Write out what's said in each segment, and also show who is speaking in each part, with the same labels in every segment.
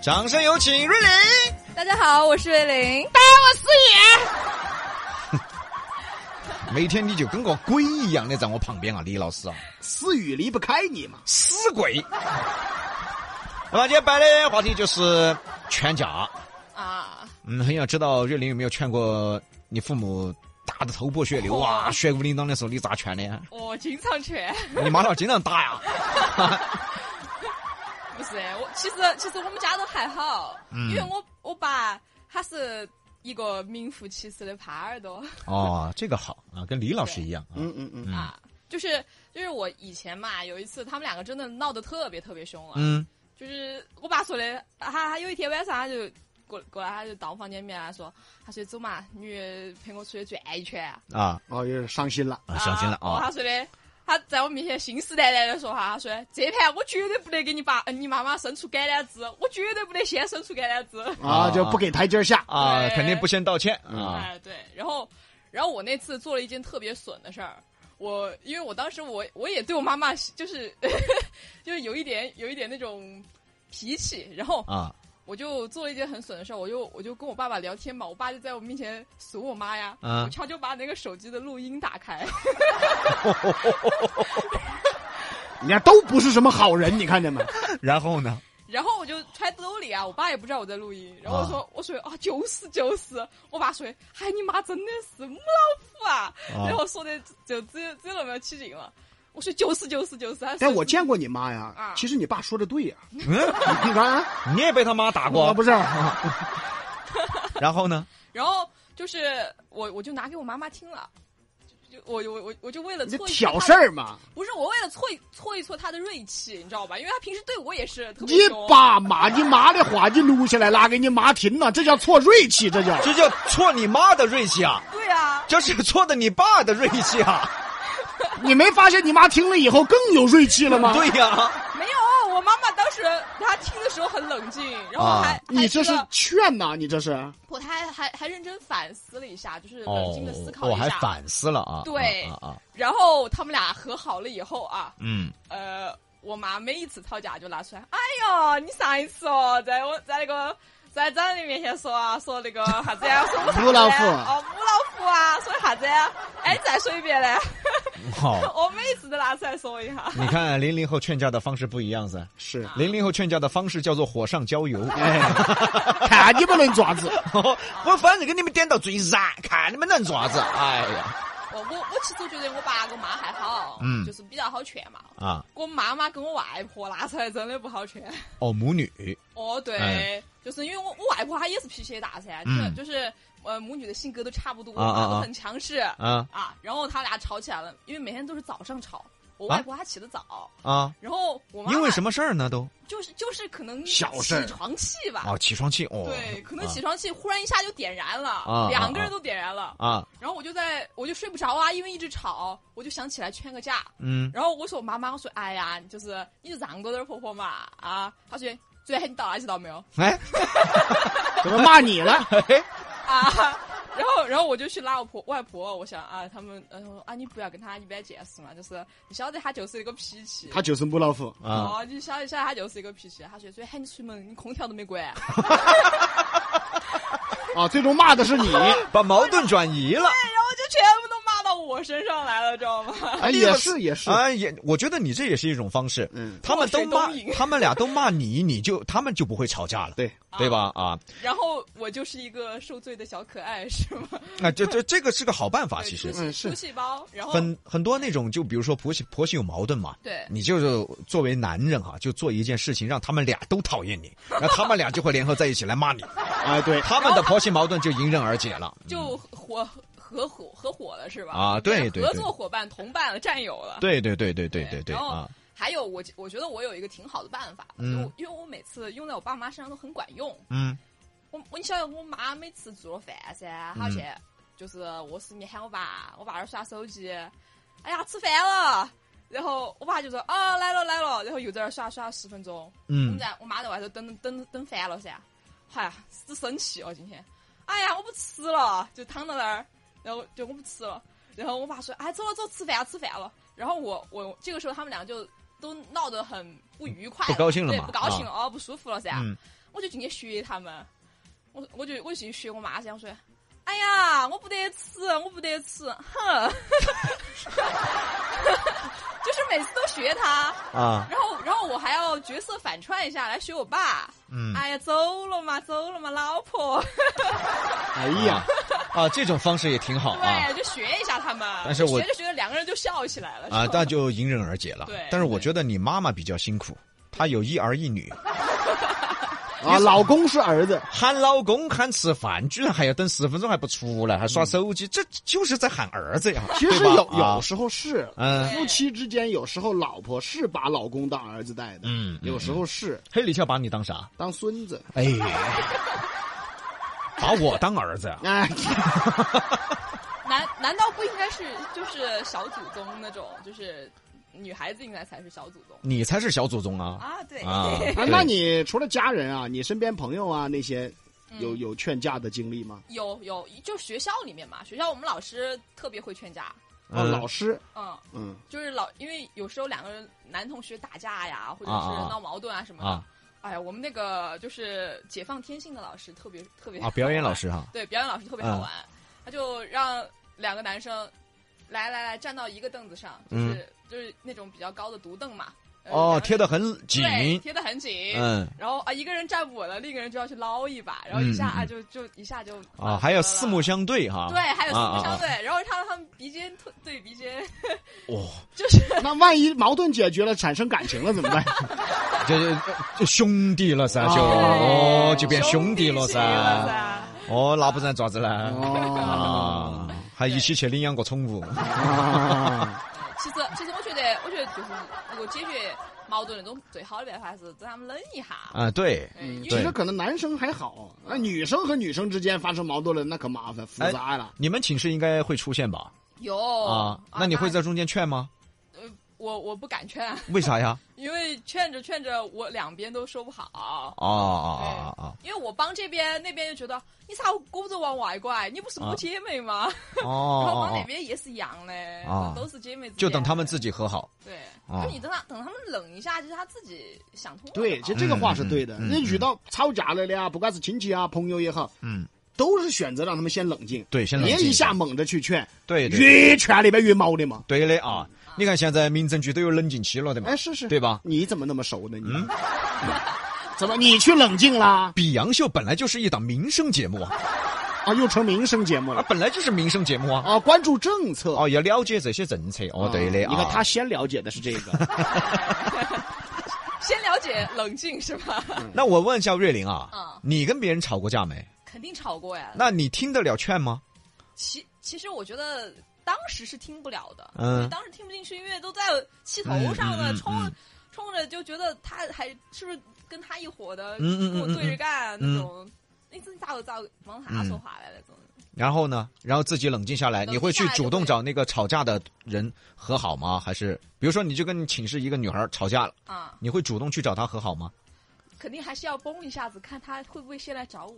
Speaker 1: 掌声有请瑞林。
Speaker 2: 大家好，我是魏玲。
Speaker 1: 每天你就跟个鬼一样的在我旁边啊，李老师啊，
Speaker 3: 思雨离不开你嘛。
Speaker 1: 死鬼。那么今天摆的话题就是劝架。
Speaker 2: 啊，
Speaker 1: 嗯，很想知道瑞林有没有劝过你父母打的头破血流 啊，血骨淋漓的时候你咋劝的？
Speaker 2: 我哦经常劝，
Speaker 1: 你妈老经常打呀。
Speaker 2: 不是我，其实其实我们家都还好，因为我我爸他是一个名副其实的耙耳朵、
Speaker 1: 哦，这个好啊，跟李老师一样啊。
Speaker 3: 嗯嗯嗯，
Speaker 2: 啊，就是就是我以前嘛，有一次他们两个真的闹得特别特别凶啊，
Speaker 1: 嗯，
Speaker 2: 就是我爸说的，他他有一天晚上他就过过来，他就到我房间里面来说，他说走嘛，你陪我出去转一圈啊。
Speaker 1: 啊，
Speaker 3: 哦，有点伤心了。
Speaker 1: 啊相亲了
Speaker 2: 哦
Speaker 1: 啊
Speaker 2: 他。说的，他在我面前信誓旦旦的说哈，他说这盘我绝对不得给你爸、呃你妈妈生出橄榄枝，我绝对不得先生出橄榄枝。
Speaker 3: 啊，就不给台阶下。
Speaker 1: 啊，
Speaker 2: 对
Speaker 1: 肯定不先道歉啊。
Speaker 2: 哎，对，然后，然后我那次做了一件特别损的事儿。我因为我当时我我也对我妈妈就是 就是有一点有一点那种脾气，然后
Speaker 1: 啊，
Speaker 2: 我就做了一件很损的事儿，我就我就跟我爸爸聊天嘛，我爸就在我面前损我妈呀，
Speaker 1: 嗯
Speaker 2: 我悄悄把那个手机的录音打开，
Speaker 3: 你看，都不是什么好人，你看见 没？
Speaker 1: 然后呢？
Speaker 2: 然后我就揣兜里啊，我爸也不知道我在录音。然后我说，我说啊，就是就是，我爸说，嗨，你妈真的是母老虎啊！
Speaker 1: 啊
Speaker 2: 然后说的就这这那么起劲了。我说就是就是就是，他说
Speaker 3: 但我见过你妈呀
Speaker 2: 啊，
Speaker 3: 其实你爸说的对呀。
Speaker 1: 嗯，
Speaker 3: 你看，
Speaker 1: 你也被他妈打
Speaker 3: 啊我
Speaker 1: 过
Speaker 3: 不？是，
Speaker 1: 然后呢？
Speaker 2: 然后就是我我就拿给我妈妈听了，就就我我我我就为了
Speaker 3: 你
Speaker 2: 挫一
Speaker 3: 挑
Speaker 2: 挫
Speaker 3: 事
Speaker 2: 她的，
Speaker 3: 儿嘛，
Speaker 2: 不是我为了挫一挫一挫她的锐气，你知道吧？因为她平时对我也是特
Speaker 3: 你
Speaker 2: 别凶。
Speaker 3: 爸骂你妈的话，你录下来拿给你妈听啊了，这叫挫锐气，这 叫。
Speaker 1: 这叫挫你妈的锐气啊！
Speaker 2: 对啊，
Speaker 1: 这是挫的你爸的锐气啊！
Speaker 3: 你没发现你妈听了以后更有锐气了吗？，
Speaker 1: 对呀、
Speaker 2: 没有，我妈妈当时她听的时候很冷静，然后还、
Speaker 1: 啊
Speaker 2: 还
Speaker 3: 你哎这是
Speaker 2: 个
Speaker 3: 劝呐，你这是。
Speaker 2: 我他还还还认真反思了一下，就是 冷
Speaker 1: 哦
Speaker 2: 静的思，考
Speaker 1: 我
Speaker 2: 一
Speaker 1: 还
Speaker 2: 下。
Speaker 1: 反思了啊。
Speaker 2: 对
Speaker 1: 啊啊啊，
Speaker 2: 然后他们俩和好了以后啊，
Speaker 1: 嗯，
Speaker 2: 呃，我妈每一次吵架就拿出来，哎呦，你上一次哦，在我在那个在张丽面前说啊，说那个啥子呀，说我啥子呀
Speaker 3: 母老虎
Speaker 2: 哦，母老虎啊，说啥子呀？哎，再说一遍嘞，
Speaker 1: 好、
Speaker 2: 我每一次都拿出来说一下。
Speaker 1: 你看零零后劝架的方式不一样噻，
Speaker 3: 是，
Speaker 1: 零零后劝架的方式叫做火上浇油。
Speaker 3: 哎，看你们能咋子？
Speaker 1: 我反正给你们点到最燃，看你们能做啥子。哎呀，
Speaker 2: 我我我其实我觉得我爸跟我妈还好，
Speaker 1: 嗯
Speaker 2: 就是比较好劝嘛。
Speaker 1: 啊，
Speaker 2: 我妈妈跟我外婆拿出来真的不好劝。
Speaker 1: 哦，母女，
Speaker 2: 哦，对，
Speaker 1: 哎
Speaker 2: 就是因为我我外婆她也是脾气大噻，
Speaker 1: 嗯
Speaker 2: 就是就是呃母女的性格都差不多，
Speaker 1: 啊啊啊
Speaker 2: 都很强势啊
Speaker 1: 啊
Speaker 2: 然后他俩吵起来了，因为每天都是早上吵，我外婆她起得早，
Speaker 1: 啊，
Speaker 2: 然后我妈妈
Speaker 1: 因为什么事儿呢？都
Speaker 2: 就是就是可能
Speaker 3: 小事儿
Speaker 2: 起床气吧。
Speaker 1: 哦，起床气哦，
Speaker 2: 啊对，可能起床气忽然一下就点燃了，
Speaker 1: 啊啊
Speaker 2: 两个人都点燃了，
Speaker 1: 啊啊，
Speaker 2: 然后我就在我就睡不着啊，因为一直吵，我就想起来劝个架，
Speaker 1: 嗯，
Speaker 2: 然后我说我妈妈，我说哎呀，就是你就让着点儿婆婆嘛啊，她说昨天你倒垃圾倒没有？
Speaker 1: 哎，
Speaker 3: 怎么骂你 了？
Speaker 2: 啊，然后然后我就去拉我婆外婆，我想啊，他们呃啊，你不要跟他一般见识嘛，就是你晓得他就是一个脾气。
Speaker 3: 他就是母老虎。
Speaker 1: 啊，
Speaker 2: 哦，你晓得晓得他就是一个脾气，他说昨天喊你出门，你空调都没关。
Speaker 3: 啊，最终骂的是 你，
Speaker 1: 把矛盾转移了。
Speaker 2: 哎，然后就全部都骂到我身上来了，知道吗？
Speaker 3: 哎，也是也是，
Speaker 1: 啊，也我觉得你这也是一种方式。
Speaker 3: 嗯
Speaker 1: 他们都骂
Speaker 2: 祸水东，引
Speaker 1: 他们俩都骂你，你就他们就不会吵架了，
Speaker 3: 对，
Speaker 1: 对吧？啊，
Speaker 2: 然后我就是一个受罪的小可爱，是吗？
Speaker 1: 啊，这这这个是个好办法，
Speaker 2: 对
Speaker 1: 其
Speaker 2: 出
Speaker 1: 实。
Speaker 2: 气
Speaker 3: 嗯是
Speaker 2: 出气包，然后
Speaker 1: 很很多那种，就比如说婆媳婆媳有矛盾嘛，
Speaker 2: 对
Speaker 1: 你就是作为男人哈、就做一件事情，让他们俩都讨厌 你，然后他们俩就会联合在一起来骂你，
Speaker 3: 哎对，
Speaker 1: 他们的婆媳矛盾就迎刃而解 了。
Speaker 2: 就合合伙合伙了，是吧？
Speaker 1: 啊对对
Speaker 2: 合
Speaker 1: 对
Speaker 2: 作伙伴、同伴了、战友了。
Speaker 1: 对对对对对对对
Speaker 2: 然后
Speaker 1: 啊，
Speaker 2: 还有我，我觉得我有一个挺好的办法，
Speaker 1: 嗯
Speaker 2: 因为我因为我每次用在我爸妈身上都很管用。
Speaker 1: 嗯
Speaker 2: 我我你晓得我妈每次做了饭噻，她去就是卧室里面喊我爸，我爸在那儿耍手机，哎呀吃饭了，然后我爸就说啊来了来了，然后又在那儿耍耍了十分钟，我们
Speaker 1: 嗯，
Speaker 2: 在我妈在外头等等等烦了噻，哎呀死生气哦今天，哎呀我不吃了，就躺到那儿，然后就我不吃了，然后我爸说哎走了走吃饭吃饭了，然后我我这个时候他们俩就都闹得很不愉快了，
Speaker 1: 不高兴了
Speaker 2: 对
Speaker 1: 嘛啊
Speaker 2: 不高兴了、哦不舒服了噻，
Speaker 1: 嗯
Speaker 2: 我就进去学他们，我我就我就进去学我妈这样说，哎呀，我不得吃，我不得吃， 哼， 就是每次都学他，
Speaker 1: 啊，
Speaker 2: 然后然后我还要角色反串一下来学我爸，
Speaker 1: 嗯
Speaker 2: 哎呀，走了嘛，走了嘛，老婆，
Speaker 3: 哎呀，
Speaker 1: 啊，这种方式也挺好啊
Speaker 2: 对，哎就学一下他们，
Speaker 1: 但是我
Speaker 2: 学着学着两个人就笑起来了
Speaker 1: 啊，
Speaker 2: 就
Speaker 1: 那就迎刃而解了
Speaker 2: 对。
Speaker 1: 但是我觉得你妈妈比较辛苦，她有一儿一女，
Speaker 3: 啊，老公是儿子，
Speaker 1: 喊老公喊吃饭，居然还要等十分钟还不出来，还耍手机，这就是在喊儿子呀。
Speaker 3: 其实
Speaker 1: 对吧
Speaker 3: 有
Speaker 1: 啊
Speaker 3: 有时候是
Speaker 2: 哎
Speaker 1: 嗯，
Speaker 3: 夫妻之间，有时候老婆是把老公当儿子带的，
Speaker 1: 嗯
Speaker 3: 有时候是
Speaker 1: 嘿，李笑把你当啥？
Speaker 3: 当孙子，
Speaker 1: 哎， 把我当儿子啊？
Speaker 3: 哎，
Speaker 2: 难难道不应该是就是小祖宗那种，就是女孩子应该才是小祖宗
Speaker 1: 你才是小祖宗啊！
Speaker 2: 啊？对，
Speaker 1: 啊，
Speaker 3: 啊
Speaker 1: 对
Speaker 3: 那你除了家人啊，你身边朋友啊那些，
Speaker 1: 嗯
Speaker 3: 有有劝架的经历吗？
Speaker 2: 嗯有有，就学校里面嘛，学校我们老师特别会劝架，
Speaker 3: 哦，
Speaker 1: 嗯
Speaker 3: 老师，
Speaker 2: 嗯，
Speaker 3: 嗯，
Speaker 2: 就是老因为有时候两个人男同学打架呀，或者
Speaker 1: 啊啊啊
Speaker 2: 是闹矛盾啊什么的，
Speaker 1: 啊
Speaker 2: 哎呀，我们那个就是解放天性的老师特别特别
Speaker 1: 啊，嗯表演
Speaker 2: 好玩
Speaker 1: 老师哈，
Speaker 2: 对表演老师特别好玩，他就让两个男生来来来站到一个凳子上，就是、就是那种比较高的独凳嘛，呃
Speaker 1: 嗯哦
Speaker 2: 两，个
Speaker 1: 贴得很紧，
Speaker 2: 对，贴得很紧。
Speaker 1: 嗯
Speaker 2: 然后啊，一个人站稳了，另一个人就要去捞一把，然后一
Speaker 1: 嗯
Speaker 2: 下
Speaker 1: 嗯
Speaker 2: 啊，
Speaker 1: 嗯
Speaker 2: 就就一下就
Speaker 1: 啊，还有四
Speaker 2: 四
Speaker 1: 目
Speaker 2: 目
Speaker 1: 相对哈，
Speaker 2: 对，还有四目相
Speaker 1: 啊
Speaker 2: 对，然后他他们鼻尖对对鼻尖，
Speaker 1: 哦，
Speaker 2: 就是
Speaker 3: 那万一矛盾解决了，产生感情了 怎么办？
Speaker 1: 这就兄弟了噻，就
Speaker 3: 哦
Speaker 1: 哦就变兄弟了
Speaker 2: 哎兄弟了
Speaker 1: 噻，哦，那不然咋子呢？
Speaker 3: 哦
Speaker 1: 啊，还一起去领养过宠物，
Speaker 3: 啊，
Speaker 2: 其实其实我觉得，我觉得就是能够解决矛盾那种最好的办法是让他们冷一下。哎
Speaker 1: 啊，对，
Speaker 2: 对因为
Speaker 3: 其实可能男生还好，那女生和女生之间发生矛盾了，那可麻烦复杂了。
Speaker 1: 你们寝室应该会出现吧？
Speaker 2: 有
Speaker 3: 哦
Speaker 1: 啊，那你会在中间劝吗？
Speaker 2: 我我不敢劝，
Speaker 1: 为啥呀？
Speaker 2: 因为劝着劝着我两边都说不好。
Speaker 1: 啊啊 啊
Speaker 2: 因为我帮这边，那边就觉得你咋顾着往外拐？你不是我姐妹吗？
Speaker 1: 啊！
Speaker 2: 然后
Speaker 1: 哦
Speaker 2: 往那
Speaker 1: 哦，
Speaker 2: 边也是一样的，
Speaker 1: 啊
Speaker 2: 都是姐妹之间。
Speaker 1: 就等他们自己和好。
Speaker 2: 对，
Speaker 1: 啊
Speaker 2: 就你等他等他们冷一下，就是他自己想通了就好。
Speaker 3: 对，其实这个话是对的。
Speaker 1: 嗯嗯嗯嗯
Speaker 3: 那遇到吵架了的呀，不管是亲戚啊、朋友也好，
Speaker 1: 嗯，
Speaker 3: 都是选择让他们先冷静，
Speaker 1: 对，现在
Speaker 3: 别一下猛着去劝，
Speaker 1: 对对
Speaker 3: 越劝里边越毛的嘛。
Speaker 1: 对的啊！你看现在民政局都有冷静期了的嘛
Speaker 3: 哎，，是
Speaker 1: 嗯
Speaker 3: 是，
Speaker 1: 对吧？嗯
Speaker 3: 你怎么那么熟呢？你、 怎么你去冷静啦？
Speaker 1: 比洋秀本来就是一档民生节目 啊，
Speaker 3: 啊，又成民生节目
Speaker 1: 啊
Speaker 3: 了
Speaker 1: 本来就是民生节目 啊。
Speaker 3: 啊！关注政策
Speaker 1: 哦，要了解这些政策。哦，对的
Speaker 3: 啊你看
Speaker 1: 啊
Speaker 3: 他先了解的是这 个，
Speaker 2: 先了解冷静是 吧？
Speaker 1: 那我问一下瑞玲啊
Speaker 2: 嗯，
Speaker 1: 你跟别人吵过架没？
Speaker 3: 啊
Speaker 2: 肯定吵过呀。
Speaker 1: 那你听得了劝吗？
Speaker 2: 其其实我觉得当时是听不了的，
Speaker 1: 嗯
Speaker 2: 当时听不进去，因为都在气头上了，
Speaker 1: 嗯嗯嗯嗯
Speaker 2: 冲
Speaker 1: 嗯
Speaker 2: 冲着就觉得他还是不是跟他一伙的，
Speaker 1: 嗯嗯嗯
Speaker 2: 跟我对着干、
Speaker 1: 嗯
Speaker 2: 那种。那次你咋有咋有往他说话来了？总
Speaker 1: 然后呢？然后自己冷静下来，
Speaker 2: 冷静
Speaker 1: 你会去
Speaker 2: 下来就
Speaker 1: 主动
Speaker 2: 会
Speaker 1: 找那个吵架的人和好吗？还是比如说你就跟你寝室一个女孩吵架了，
Speaker 2: 啊，
Speaker 1: 你会主动去找她和好吗？
Speaker 2: 肯定还是要崩一下子，看他会不会先来找我。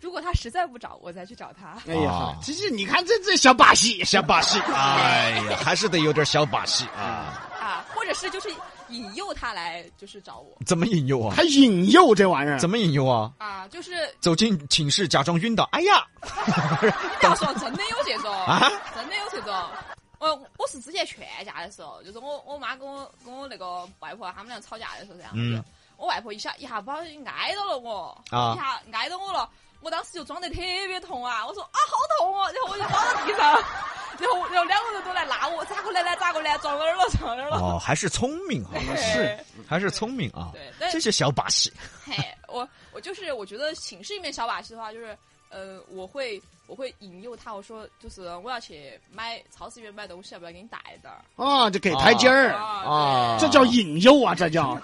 Speaker 2: 如果他实在不找我，再去找他。
Speaker 3: 哎呀
Speaker 1: 啊，
Speaker 3: 其实你看这这小把戏，
Speaker 1: 小把戏，哎呀，还是得有点小把戏啊！
Speaker 2: 啊，或者是就是引诱他来，就是找我
Speaker 1: 怎么引诱 啊？
Speaker 3: 还引诱这玩意儿，
Speaker 1: 怎么引诱啊？
Speaker 2: 啊，就是
Speaker 1: 走进寝室假装晕倒，哎呀，
Speaker 2: 你不要说，真的有这种
Speaker 1: 啊
Speaker 2: 真的有这种。我我是之前劝架的时候，就是我我妈跟我跟我那个外婆他们俩吵架的时候这样子，
Speaker 1: 嗯
Speaker 2: 我外婆一下一下不小心挨到了我，
Speaker 1: 啊
Speaker 2: 一下挨到我了，我当时就装得特别痛啊，我说啊好痛哦，然后我就倒到地上，然后然后两个人都来拉我，咋过来了咋过来了，撞哪儿了撞哪儿了，
Speaker 1: 哦，还是聪明啊，
Speaker 2: 对
Speaker 3: 是
Speaker 1: 还是聪明啊，
Speaker 2: 对，但
Speaker 1: 这些小把戏，
Speaker 2: 嘿，我我就是我觉得寝室里面小把戏的话，就是呃，我会我会引诱他，我说就是我要去买超市里面买东西，要不要给你带一点儿？
Speaker 3: 啊？这给台阶儿，
Speaker 1: 啊
Speaker 3: 这叫引诱啊！这叫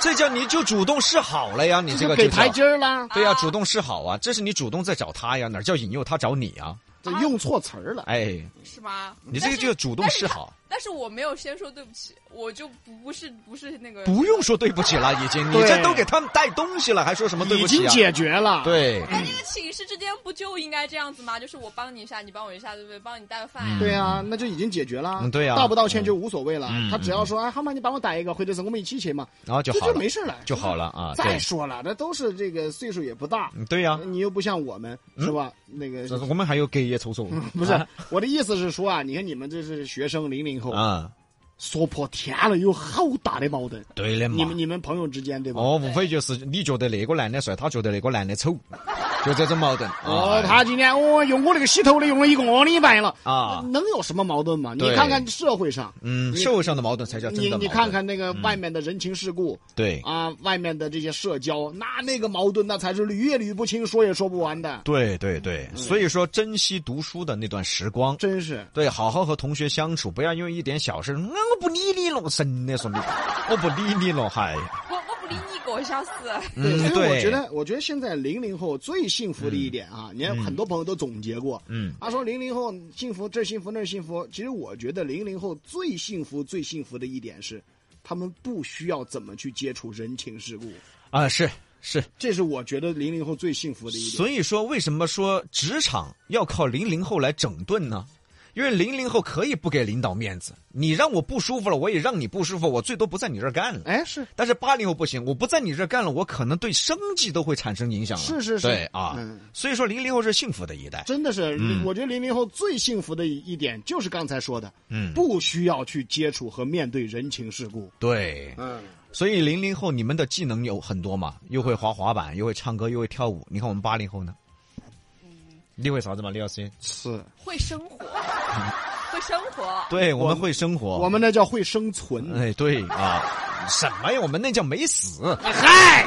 Speaker 1: 这叫你就主动示好了呀，你这
Speaker 3: 就
Speaker 1: 个
Speaker 3: 给
Speaker 1: 就
Speaker 3: 台
Speaker 1: 叫。
Speaker 3: 阶儿啦，
Speaker 1: 对呀、
Speaker 2: 啊
Speaker 1: 主动示好啊，这是你主动在找他呀，哪叫引诱他找你啊？
Speaker 3: 这用错词儿了。
Speaker 1: 哎，
Speaker 2: 对是吗？
Speaker 1: 你这个
Speaker 2: 但是
Speaker 1: 就主动示好，
Speaker 2: 但是我没有先说对不起，我就不是不是那个
Speaker 1: 不用说对不起了，已经，你
Speaker 3: 对
Speaker 1: 这都给他们带东西了，还说什么对
Speaker 3: 已
Speaker 1: 不
Speaker 3: 经
Speaker 1: 起啊？
Speaker 3: 解决了。，
Speaker 1: 对，
Speaker 2: 哎，那个寝室之间不就应该这样子吗？就是我帮你一下，你帮我一下，对不对？帮你带个饭呀、
Speaker 1: 嗯
Speaker 3: 对啊，那就已经解决了。
Speaker 1: 嗯对啊
Speaker 3: 道不道歉就无所谓了。
Speaker 1: 嗯
Speaker 3: 他只要说，哎，好嘛，你帮我打一个，或者是我们一起去嘛，
Speaker 1: 然后就
Speaker 3: 这
Speaker 1: 好
Speaker 3: 就
Speaker 1: 了
Speaker 3: 没，事了，
Speaker 1: 就好了啊。
Speaker 3: 再
Speaker 1: 对，
Speaker 3: 说了，那都是这个岁数也不大，
Speaker 1: 嗯对呀，
Speaker 3: 你又不像我们是吧？那个
Speaker 1: 嗯这我们还有隔夜仇仇
Speaker 3: 不是我的意思是说啊，你看你们这是学生零零后，
Speaker 1: 啊，
Speaker 3: 说破天了有好大的矛盾，
Speaker 1: 对的
Speaker 3: 你
Speaker 1: 嘛
Speaker 3: 们。你们朋友之间对吧？
Speaker 1: 嗯哦，无非就是你觉得那个男的帅，他觉得那个男的 丑，就这种矛盾。
Speaker 3: 哦，
Speaker 1: 啊
Speaker 3: 他今天哦用我那个洗头的用了一个礼拜了
Speaker 1: 啊
Speaker 3: 能有什么矛盾吗？你
Speaker 1: 对
Speaker 3: 看看社会上，
Speaker 1: 嗯，社会上的矛盾才叫真
Speaker 3: 你
Speaker 1: 的矛
Speaker 3: 你
Speaker 1: 盾。嗯
Speaker 3: 看，看那个外面的人情世故、
Speaker 1: 对
Speaker 3: 啊，外面的这些社交，那那个矛盾那才是捋也捋不清，说也说不完的，
Speaker 1: 对对
Speaker 3: 嗯
Speaker 1: 对，所以说珍惜读书的那段时光。
Speaker 3: 真是。
Speaker 1: 对，好好和同学相处，不要因为一点小事，嗯我不理你了，真的 说你，我不理你了，嗨，
Speaker 2: 我我不理你狗笑死。
Speaker 1: 嗯
Speaker 3: 所以我
Speaker 1: 对
Speaker 3: 觉得，我觉得现在零零后最幸福的一点啊，你看很多朋友都总结过，
Speaker 1: 嗯，
Speaker 3: 他说零零后幸福这幸福那幸福。其实我觉得零零后最幸福最幸福的一点是，他们不需要怎么去接触人情世故，
Speaker 1: 啊，是是，
Speaker 3: 这是我觉得零零后最幸福的一点。
Speaker 1: 所以说为什么说职场要靠零零后来整顿呢？因为零零后可以不给领导面子，你让我不舒服了，我也让你不舒服，我最多不在你这儿干了。
Speaker 3: 哎，是
Speaker 1: 但是八零后不行，我不在你这儿干了，我可能对生计都会产生影响了。
Speaker 3: 是是是
Speaker 1: 对啊，
Speaker 3: 嗯
Speaker 1: 所以说零零后是幸福的一代。
Speaker 3: 真的是，我觉得零零后最幸福的一点就是刚才说的，
Speaker 1: 嗯
Speaker 3: 不需要去接触和面对人情世故。
Speaker 1: 对，
Speaker 3: 嗯，
Speaker 1: 所以零零后你们的技能有很多嘛，又会滑滑板，又会唱歌，又会跳舞。你看我们八零后呢？你会啥子嘛，李老师？
Speaker 3: 是
Speaker 2: 会生 活，会生活。
Speaker 1: 对，我们会生活。
Speaker 3: 我们那叫会生存。
Speaker 1: 哎，对啊，什么呀？我们那叫没死。
Speaker 3: 嗨，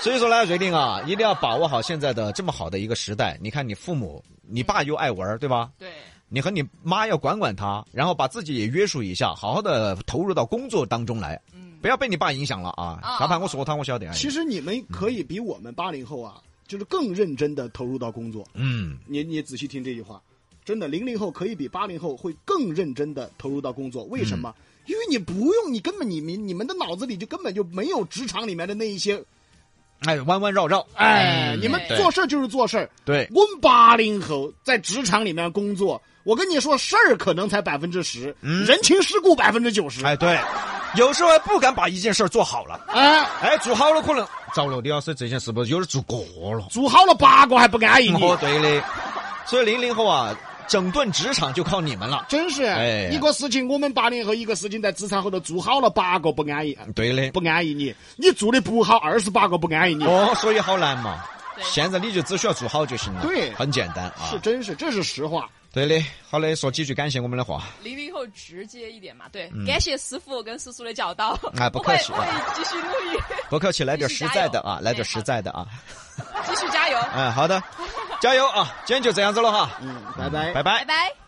Speaker 1: 所以说呢，瑞玲啊，一定要把握好现在的这么好的一个时代。你看，你父母，你爸又爱玩儿，对吧？
Speaker 2: 对，
Speaker 1: 你和你妈要管管他，然后把自己也约束一下，好好的投入到工作当中来，
Speaker 2: 嗯
Speaker 1: 不要被你爸影响了啊！
Speaker 2: 啊
Speaker 1: 哪怕我说他，我晓得。
Speaker 3: 其，实你们可以比我们八零后啊，就是更认真的投入到工作。
Speaker 1: 嗯，
Speaker 3: 你你仔细听这句话，真的，零零后可以比八零后会更认真的投入到工作，为什么？
Speaker 1: 嗯
Speaker 3: 因为你不用，你根本你你你们的脑子里就根本就没有职场里面的那一些，
Speaker 1: 哎，弯弯绕绕，
Speaker 3: 哎，
Speaker 1: 嗯
Speaker 3: 你们
Speaker 1: 对
Speaker 3: 做事儿就是做事儿。
Speaker 1: 对，
Speaker 3: 我们八零后在职场里面工作，我跟你说，事儿可能才百分之十，人情世故百分之九十，
Speaker 1: 嗯哎对，有时候还不敢把一件事儿做好了，
Speaker 3: 哎，
Speaker 1: 哎，做好了可能糟了，李老师这件事不是有点做过了？
Speaker 3: 做好了八个还不安逸你，
Speaker 1: 哦，对的，所以零零后啊，整顿职场就靠你们了。
Speaker 3: 真是、
Speaker 1: 哎
Speaker 3: 一个事情，我们八零后一个事情在职场后头做好了八个不安逸，
Speaker 1: 对的，
Speaker 3: 不安逸你，你做的不好二十八个不安逸你。
Speaker 1: 哦，所以好难嘛。
Speaker 2: 对
Speaker 1: 现在你就只需要做好就行了，
Speaker 3: 对
Speaker 1: 很简单啊。
Speaker 3: 是，真是，这是实话。
Speaker 1: 对的。好嘞，说几句感谢我们的话。
Speaker 2: 零零后直接一点嘛。对，感谢师傅跟叔叔的教导。
Speaker 1: 哎嗯不
Speaker 2: 我会
Speaker 1: 客气
Speaker 2: 我会继续努力，
Speaker 1: 不客气，来点实在的啊，
Speaker 2: 继续加油
Speaker 1: 来点实在的啊。哎
Speaker 2: 继续加油，
Speaker 1: 嗯，好的，加油啊！今天就这样子了哈，
Speaker 3: 嗯，拜拜
Speaker 1: 拜。拜
Speaker 2: 拜。拜。